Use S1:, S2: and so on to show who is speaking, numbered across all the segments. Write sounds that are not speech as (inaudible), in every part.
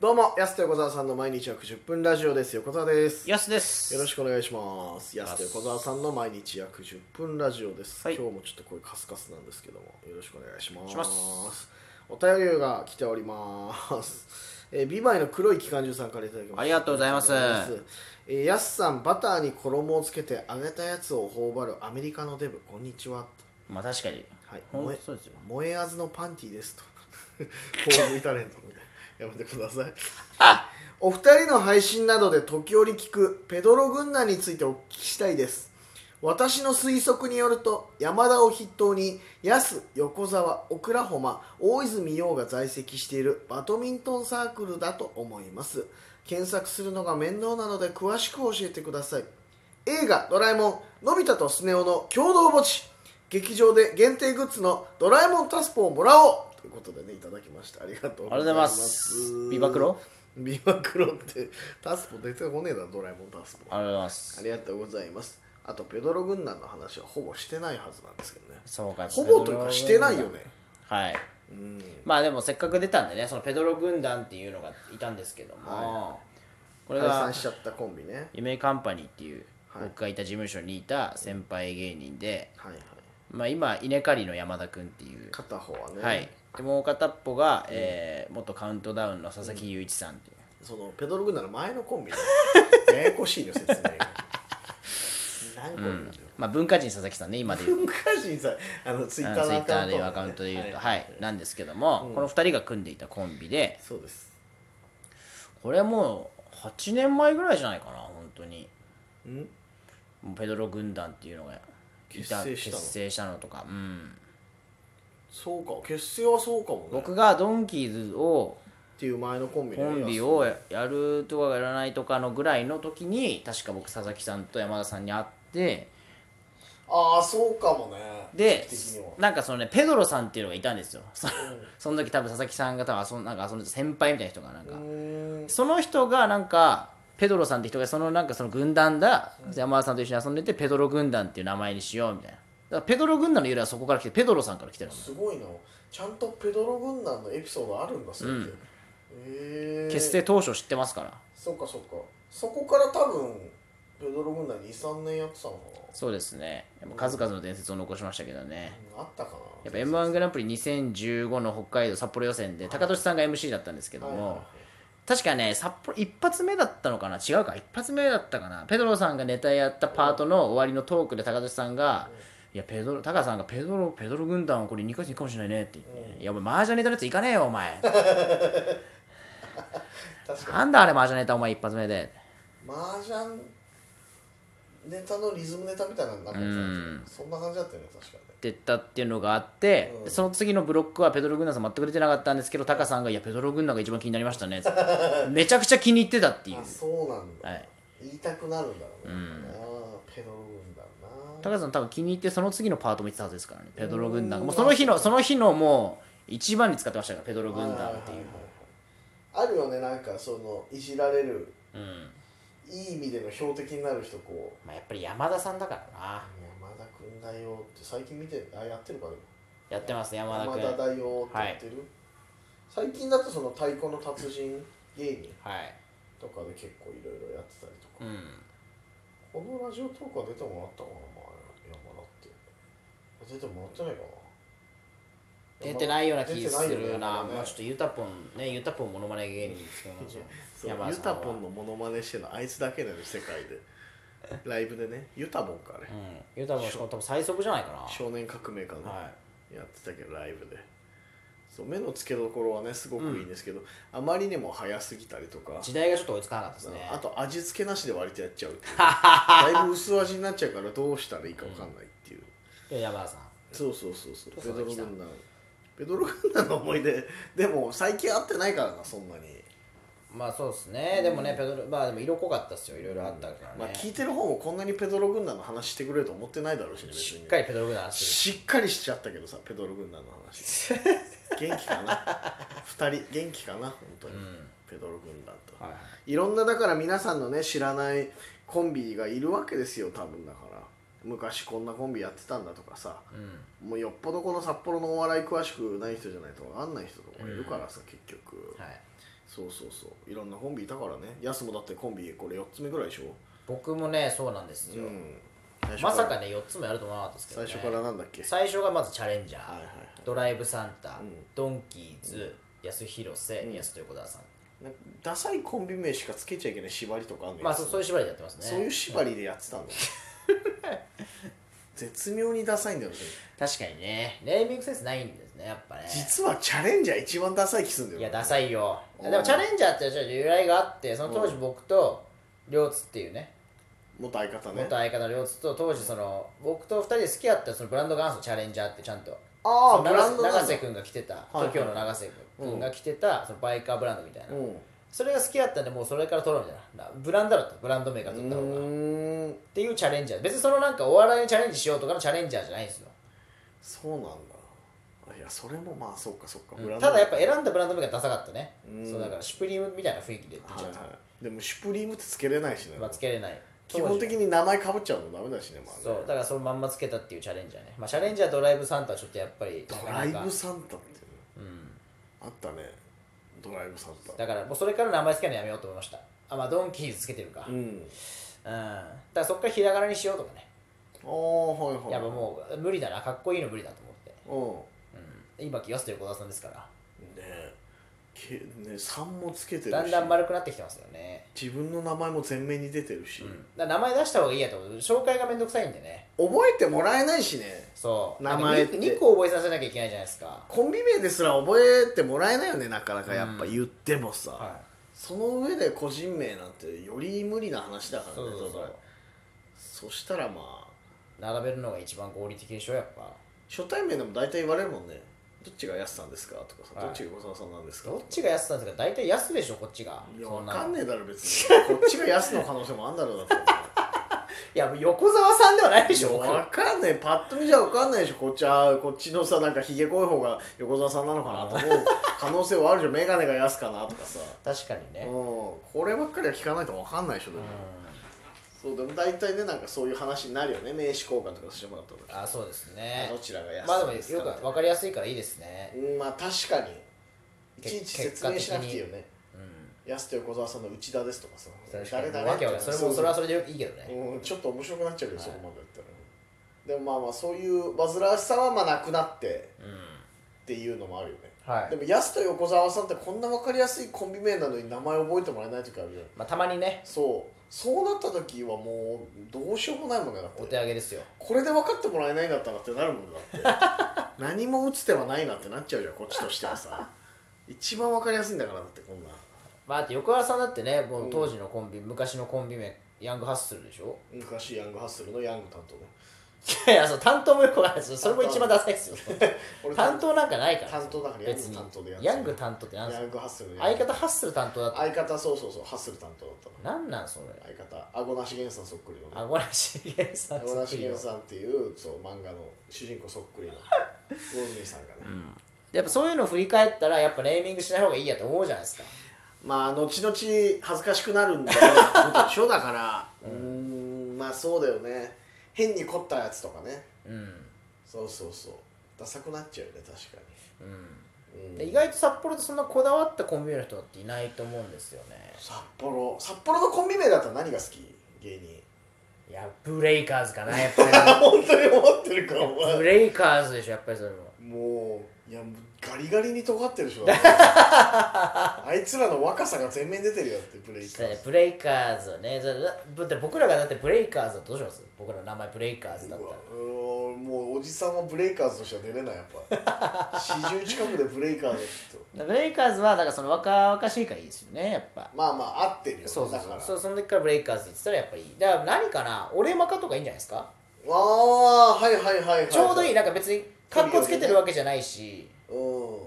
S1: どうも、やすと横澤さんの毎日約10分ラジオです。横澤です。よ
S2: やすです
S1: ろしくお願いします。やすと横澤さんの毎日約10分ラジオです。
S2: はい
S1: 今日もちょっと声カスカスなんですけども、よろしくお願いします。
S2: します
S1: お便りが来ております。 (laughs) えー、ビバイの黒い機関銃さんからいただきました。
S2: ありがとうございます
S1: えー、やすさん、バターに衣をつけて揚げたやつを頬張るアメリカのデブ、こんにちは。
S2: まあ確かに
S1: はい、
S2: ほん
S1: 燃え
S2: そうですよ
S1: 燃えあずのパンティですと (laughs) こう向いたれんとやめてください (laughs) お二人の配信などで時折聞くペドロ軍団についてお聞きしたいです私の推測によると山田を筆頭に安横澤オクラホマ大泉洋が在籍しているバドミントンサークルだと思います検索するのが面倒なので詳しく教えてください映画「ドラえもんのび太とスネ夫」の共同墓地劇場で限定グッズのドラえもんタスポをもらおうということでねいただきましたありがとう
S2: ありがとうございますビバクロ
S1: ビバクロってタスポ出てこねえだろドラえもんタスポ
S2: ありがとうございま
S1: あ
S2: す
S1: りがとうございますあとペドロ軍団の話はほぼしてないはずなんですけどね
S2: そうか
S1: ほぼというかしてないよね
S2: はい
S1: うん
S2: まあでもせっかく出たんでねそのペドロ軍団っていうのがいたんですけども、こ
S1: 解
S2: れが
S1: 散しちゃったコンビね
S2: 夢カンパニーっていう
S1: はい
S2: 僕がいた事務所にいた先輩芸人で、
S1: はいはい
S2: まあ今稲刈りの山田君っていう、
S1: 片方はね、
S2: はいでもう片っぽが、えー元カウントダウンの佐々木雄一さんっていう、
S1: そのペドロ軍団の前のコ
S2: (laughs)
S1: ンビねややこしいよ説明が何コンビだよ
S2: まあ文化人佐々木さんね今で言う
S1: 文化人さんあのツイ
S2: ツイ
S1: ッ
S2: ッ
S1: ターのア
S2: タ
S1: カウ
S2: ー
S1: ント
S2: でアカウントで言うと、
S1: は
S2: はいい、なんですけども、この2人が組んでいたコンビで、
S1: そうです
S2: これはもう8年前ぐらいじゃないかな、本当に。
S1: うん
S2: もうペドロ軍団っていうのがいた
S1: 結成したの
S2: 結成したのとか、うん、
S1: そうか結成はそうかもね
S2: 僕がドンキーズを、
S1: っていう前のコンビね
S2: コンビをやるとかやらないとかのぐらいの時に、確か僕、佐々木さんと山田さんに会って、
S1: ああそうかもね
S2: で
S1: 時期的には
S2: なんかそのねペドロさんっていうのがいたんですよそその時多分佐々木さんが多分遊んなんか遊んでた先輩みたいな人がなんか
S1: ー
S2: その人がなんかペドロさんって人がそのなんかその軍団だ、山田さんと一緒に遊んでてペドロ軍団っていう名前にしようみたいなだからペドロ軍団の由来はそこから来てペドロさんから来てるの
S1: すごいなちゃんとペドロ軍団のエピソードあるんだそれって、ええ
S2: 結成当初知ってますから
S1: そっかそっかそこから多分ペドロ軍団23年やってたのか
S2: そうですねやっぱ数々の伝説を残しましたけどね
S1: なうんあったかな
S2: やっぱ m 1グランプリ2015の北海道札幌予選で高俊さんが MC だったんですけど
S1: はいはいはい
S2: も確かね札幌一発目だったのかな違うか一発目だったかなペドロさんがネタやったパートの終わりのトークで高田さんが「いやペドロ高田さんがペドロペドロ軍団はこれ2回戦いくかもしれないね」って言って、いやお前麻雀ネタのやついかねえよお (laughs) 前
S1: 確か
S2: なんだあれ麻雀ネタお前一発目で
S1: に麻雀ネタのリズムネタみたいなのなんかやってたんですよそんな感じだったよね確かに
S2: って言ったっていうのがあって、でその次のブロックはペドロ軍団さん全く出てなかったんですけどタカさんが「いやペドロ軍団が一番気になりましたね」 (laughs) ってめちゃくちゃ気に入ってたっていう
S1: あそうなんだ、
S2: はい
S1: 言いたくなるんだろうね、あーペドロ軍団な
S2: 高橋さん多分気に入ってその次のパートも見てたはずですからねペドロ軍団もうその日のその日のもう一番に使ってましたからペドロ軍団っていう、
S1: はいはいはいはいあるよねなんかそのいじられる
S2: うん
S1: いい意味での標的になる人こう
S2: まあ、やっぱり山田さんだからな
S1: 山田君だよって最近見てあやってるかでも
S2: やってますね山田君
S1: 山田だよって言ってる、最近だとその太鼓の達人芸人
S2: はい
S1: とかで結構いろいろやってたりとか、
S2: うん
S1: このラジオトークは出てもらったかな、まあ、山田って出てもらってないかな
S2: 出てないような気
S1: 出て
S2: す
S1: いよ
S2: る
S1: ね
S2: な
S1: 山田ね
S2: まあ、ちょっとユタポンねユタポンモノマネ芸人ですけど
S1: そう
S2: 山田
S1: ユ
S2: さん
S1: タ
S2: は
S1: ポンのモノマネしてるのあいつだけなの世界
S2: (laughs)
S1: でライブでねユタポンかあれ、
S2: うんユタポンしかも多分最速じゃないか
S1: 少年革命家の
S2: なはい
S1: やってたけどライブでそう目の付けどころはねすごくいいんですけど、あまりにも早すぎたりとか
S2: 時代がちょっと追いつかなかったですね
S1: あと味付けなしで割とやっちゃうっていうだいぶ薄味になっちゃうからどうしたらいいかわかんないっていう、
S2: で山田さん
S1: そうそうそうそうペ
S2: そう
S1: ド
S2: だ
S1: ロ
S2: 来た
S1: 軍団ペドロ軍団の思い出でも最近会ってないからなそんなに、
S2: まあそうですねでもねペドロまあでも色濃かったっすよいろいろあったからね、
S1: まあ聞いてる方もこんなにペドロ軍団の話してくれると思ってないだろうしね別に
S2: しっかりペドロ軍団してる
S1: しっかりしちゃったけどさペドロ軍団の話元気かな2人元気かな本当に、ペドロ軍団と、
S2: はい
S1: いろんなだから皆さんのね知らないコンビがいるわけですよ多分だから昔こんなコンビやってたんだとかさ、もうよっぽどこの札幌のお笑い詳しくない人じゃないと分かんない人とかいるからさ、結局、
S2: はい
S1: そうそうそういろんなコンビいたからねやすもだってコンビこれ4つ目ぐらいでしょ、
S2: 僕もねそうなんです
S1: う
S2: よ、
S1: ん、
S2: まさか
S1: ね
S2: ね4つもやると思わなかったですけど、
S1: 最
S2: ね、
S1: 初からなんだっけ
S2: 最初がまずチャレンジャー、
S1: はいはいはい
S2: ドライブサンタ、
S1: うん
S2: ドンキーズ、安広瀬、
S1: うん
S2: 安と横澤さん、
S1: なんかダサいコンビ名しかつけちゃいけない縛りとかあるのよ
S2: まあそうそういう縛りでやってますね
S1: そういう縛りでやってたんだよ絶妙にダサいんだよね
S2: 確かにねネーミングセンスないんですねやっぱね
S1: 実はチャレンジャー一番ダサい気すんだよ
S2: いやダサいよ
S1: おう
S2: でもチャレンジャーってちょっと由来があってその当時僕と両津っていうね
S1: 元相方ね
S2: 元相方の両津と当時その僕と二人で好きだったそのブランド元祖チャレンジャーってちゃんと
S1: あ
S2: そ
S1: あ
S2: の
S1: ブ
S2: 長
S1: ラ
S2: 瀬
S1: ンド
S2: 長瀬
S1: ん
S2: 君が着てた
S1: いはい
S2: TOKIO の長瀬君が着てたそのバイカーブランドみたいな
S1: うんう
S2: それが好きだったんでもうそれから取ろうみたいなブランドだとブランド名から取った方がっ
S1: ーん
S2: ていうチャレンジャー別にそのなんかお笑いにチャレンジしようとかのチャレンジャーじゃないんですよ
S1: そうなんだあいやそれもまあそっかそっか、ブランド
S2: ただやっぱ選んだブランド名がダサかったね
S1: うん
S2: そうだからシュプリームみたいな雰囲気で
S1: はいはいでもシュプリームってつけれないしね、
S2: まあつけれない
S1: 基本的に名前かぶっちゃうのダメだしね,、まあ、ね
S2: そうだからそのまんまつけたっていうチャレンジャーね、まあ、チャレンジャードライブサンタはちょっとやっぱりな
S1: ド
S2: か
S1: ラ
S2: な
S1: イ
S2: か
S1: ブサンタって、ね、
S2: うん
S1: あったねドライブサンタ
S2: だからもうそれから名前つけるのやめようと思いましたあまあドンキーズつけてるかう、
S1: うんん
S2: だからそっからひらがなにしようとかね
S1: ああはいはい
S2: やっぱもう無理だなかっこいいの無理だと思って、
S1: うん
S2: うん、今気がしてる小田さんですから
S1: ねえけね3もつけてるし
S2: だんだん丸くなってきてますよね、
S1: 自分の名前も前面に出てるし、
S2: うん、だから名前出した方がいいやと思う紹介がめんどくさいんでね
S1: 覚えてもらえないしね
S2: そう
S1: 名前って
S2: 2個覚えさせなきゃいけないじゃないですか
S1: コンビ名ですら覚えてもらえないよねなかなかやっぱ
S2: うん
S1: 言ってもさ、
S2: は
S1: その上で個人名なんてより無理な話だ
S2: い
S1: からね
S2: そうそうそ
S1: だから
S2: う
S1: そしたらまあ
S2: 並べるのが一番合理的でしょやっぱ
S1: 初対面でも大体言われるもんねどっちが安さんですかとかさ、
S2: はい
S1: どっちが小沢さんなんですか
S2: どっち
S1: が
S2: が安なんですか大体安でしょこっちが
S1: いや
S2: そ
S1: わ
S2: な
S1: かん
S2: の
S1: ねえだろ別にこっちが安の可能性もあんだろうだって
S2: いやもう横澤さんではないでしょ僕
S1: わかんないパッと見じゃわかんないでしょこっちはこっちのさなんかひげ濃い方が横澤さんなのかなと思
S2: (laughs)
S1: う可能性はあるじゃん眼鏡が安かなとかさ
S2: 確かに
S1: うん
S2: ね
S1: こればっかりは聞かないとわかんないでしょで
S2: う
S1: も
S2: ん、
S1: そうでも大体ねなんかそういう話になるよね名刺交換とかしてもらった時
S2: あそうですね
S1: どちらが安
S2: まあで
S1: さ
S2: も
S1: んです
S2: よ
S1: か
S2: く分かりやすいからいいですね
S1: うんまあ確かにい
S2: け
S1: ちいち説明しなくていいよね
S2: うん
S1: 安と横澤さんの内田ですとかさ
S2: 確か
S1: 誰
S2: に
S1: 々
S2: わけわかんないそれ
S1: う
S2: も
S1: う
S2: それはそれでいいけどね
S1: うん、ちょっと面白くなっちゃうけど、
S2: はい
S1: そこまでやったらでもまあまあそういう煩わしさはまあなくなって
S2: うん
S1: っていうのもあるよね
S2: は
S1: で
S2: い
S1: もやすと横澤さんってこんな分かりやすいコンビ名なのに名前覚えてもらえない時あるよ
S2: まあたまにね
S1: そうそうなった時はもうどうしようもないもんねだっ
S2: お手
S1: て
S2: 上げですよ
S1: これで分かってもらえないんだったらってなるもんだって
S2: (laughs)
S1: 何も打つ手はないなってなっちゃうじゃんこっちとしてはさ一番分かりやすいんだからだってこんな
S2: まあだって横澤さんだってねも
S1: う
S2: うん当時のコンビ昔のコンビ名ヤングハッスルでしょ (laughs)
S1: 昔ヤングハッスルのヤング担当ね
S2: いやそう担当もよくわかんないですよそれも一番ダサいですよ
S1: 俺
S2: 担当なんかないから
S1: 担当だからヤング
S2: 別に
S1: 担当でやる
S2: ヤング担当ってなんです
S1: ヤ
S2: か
S1: ングハッスルのヤン
S2: 相
S1: グ
S2: 方ハッスル担当だった
S1: 相方そうそうそうハッスル担当だったの
S2: なんなんそれ
S1: 相方顎なし源さんそっくりのね
S2: あごらしげさん
S1: 顎なし源
S2: ん
S1: さんっていうそう漫画の主人公そっくりの
S2: (laughs)
S1: 魚住さんがね、
S2: やっぱそういうのを振り返ったらやっぱネーミングしない方がいいやと思うじゃないですか
S1: まあ後々恥ずかしくなるんだ (laughs) よなことでしょだからうーんまあそうだよね変に凝ったやつとかね
S2: うん
S1: そうそうそうダサくなっちゃうよね確か
S2: うん
S1: に、うん
S2: で意外と札幌ってそんなこだわったコンビニの人っていないと思うんですよね
S1: 札幌札幌のコンビ名だったら何が好き芸人 (laughs)
S2: いやブレイカーズかなやっぱ
S1: 本当に思ってるかお
S2: りブ
S1: 前
S2: レイカーズでしょやっぱりそれも
S1: もういやもうガリガリに尖ってるでし (laughs) ょあいつらの若さが全面出てるよってブレイカーズ
S2: ブレイカーズねだだだ僕らがだってブレイカーズだとどうします僕らの名前ブレイカーズだっ
S1: う
S2: た
S1: わ
S2: ら
S1: うーんもうおじさんはブレイカーズとしては出れないやっぱ (laughs) 四十近くでブレイカーズって
S2: だからブレイカーズはだからその若々しいからいいですよねやっぱ
S1: まあまあ合ってるよね
S2: そうそう
S1: だから
S2: そうその時からブレイカーズって言ってたらやっぱりいいだから何かな俺マカとかいいんじゃないですか
S1: ああーはいはいはいはい
S2: ちょうどいいなんか別に格好つけてるわけじゃないし
S1: うん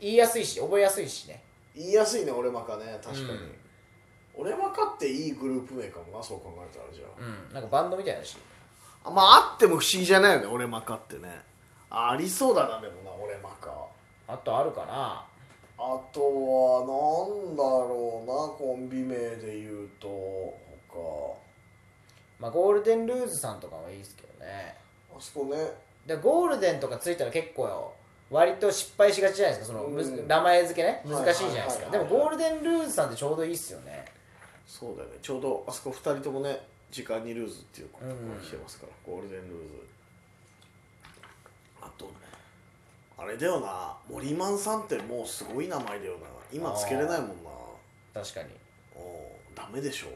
S2: 言いやすいし覚えやすいしね
S1: 言いやすいね俺マカね確かに、
S2: うん
S1: 俺マカっていいグループ名かもなそう考えたらじゃ
S2: うんなんかバンドみたいだし
S1: あ、まああっても不思議じゃないよね俺マカってねあありそうだなでもな俺マカ
S2: あとあるかな
S1: あとはなんだろうなコンビ名で言うと他
S2: まあゴールデンルーズさんとかもいいですけどね
S1: あそこね
S2: でゴールデンとかついたら結構よ割と失敗しがちじゃないですかその、
S1: うん
S2: むず名前付けね
S1: はい
S2: 難しいじゃないですか
S1: はいはいは
S2: で
S1: い
S2: もゴールデンルーズさんってちょうどいいっすよね
S1: そうだよねちょうどあそこ2人ともね時間にルーズっていうところに来てますから、ゴールデンルーズあとあれだよな森マンさんってもうすごい名前だよな今つけれないもんな (laughs)
S2: 確かに
S1: うんダメで (laughs) しょ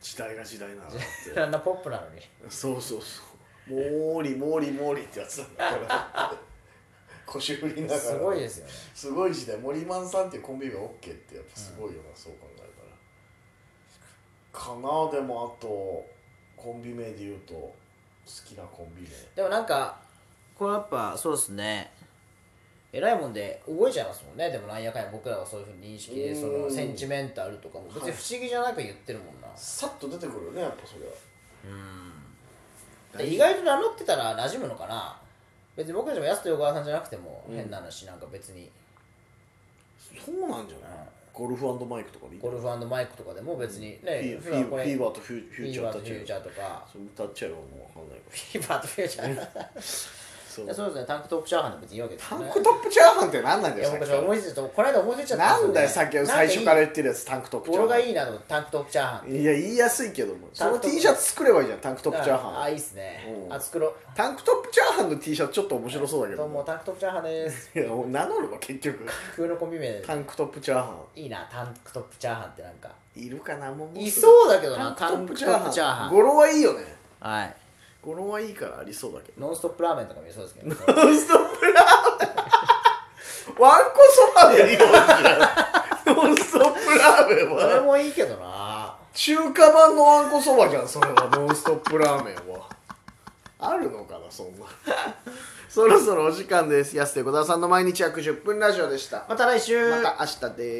S1: 時代が時代なんだって
S2: あんなポップなのに
S1: そうそうそうモーリーモーリーモーリーってやつなんだから腰振りながら
S2: すごいですよね
S1: すごい時代森マンさんっていうコンビが OK ってやっぱすごいよな、そう考えたらかなでもあとコンビ名で言うと好きなコンビ名
S2: でもなんかこれやっぱそうですねえらいもんで覚えちゃいますもんねでもなんやかんや僕らはそういうふうに認識で
S1: うん
S2: そのセンチメンタルとかも別に不思議じゃなく言ってるもんな、
S1: さっと出てくるよねやっぱそれは
S2: で意外と名乗ってたら馴染むのかな別に僕たちも安と横川さんじゃなくても
S1: うん
S2: 変な話なんか別に
S1: そうなんじゃない、ゴルフマイクとかでいい
S2: ゴルフマイクとかでも別に
S1: フィ
S2: ね
S1: ーフィ
S2: 普
S1: ー
S2: 段
S1: フ
S2: これ
S1: ィーバーとフュー
S2: フ
S1: フュ
S2: ィ
S1: ーチ
S2: ー
S1: ャー
S2: バー
S1: た
S2: と
S1: ち
S2: フューチャーとか
S1: それ歌っちゃえばもうわかんないけ
S2: フィーバーとフューチャーとか
S1: ど
S2: (laughs) いやそうですねタンクトップチャーハンでも別にいいわけです
S1: タ
S2: よ
S1: ン
S2: ね
S1: クトップチャーハンって何なん
S2: い
S1: だよ
S2: や
S1: さっ
S2: 僕
S1: き
S2: ち
S1: か
S2: ょっ
S1: ら
S2: と思いついたこの間思いついちゃった
S1: なんだよさっき最初から
S2: 言
S1: 言ってるやつタンクトップチャーハ
S2: 俺
S1: ン
S2: がいいなと思ってタンクトップチャーハン
S1: いや言いやすいけどもその
S2: タンクトップ
S1: T シャツ作ればいいじゃんタンクトップチャー
S2: あ
S1: ハ
S2: あ
S1: ン
S2: いいっすね
S1: うん
S2: あ作ろう
S1: タンクトップチャーハンの T シャツちょっと面白そうだけ
S2: ど
S1: ど
S2: うも
S1: ね
S2: タンクトップチャーハン (laughs) です
S1: いやもう名乗るわ結局
S2: 風のコンビ名で
S1: タンクトップチャーハ
S2: いいなタンクトップチャーハンってなんか
S1: ンいるかなもうも
S2: いそうだけど
S1: タ
S2: な
S1: ンクト
S2: タン
S1: ップ
S2: クト
S1: チャー
S2: ッ
S1: ハ
S2: プ
S1: ン
S2: チャーハン
S1: 語呂はいいよね
S2: はい
S1: 語呂はいいからありそうだけど
S2: ノンストップラーメンとかもいそうですけどね
S1: ノンストップラーメンわんこそばでいいよ (laughs) ノンストップラーメン
S2: それ
S1: は
S2: もいいけどな
S1: 中華版のわんこそばじゃんそれはノンストップラーメンはあるのかなそん (laughs) なそろそろお時間です安手小沢さんの毎日約10分ラジオでした
S2: また来週
S1: また明日です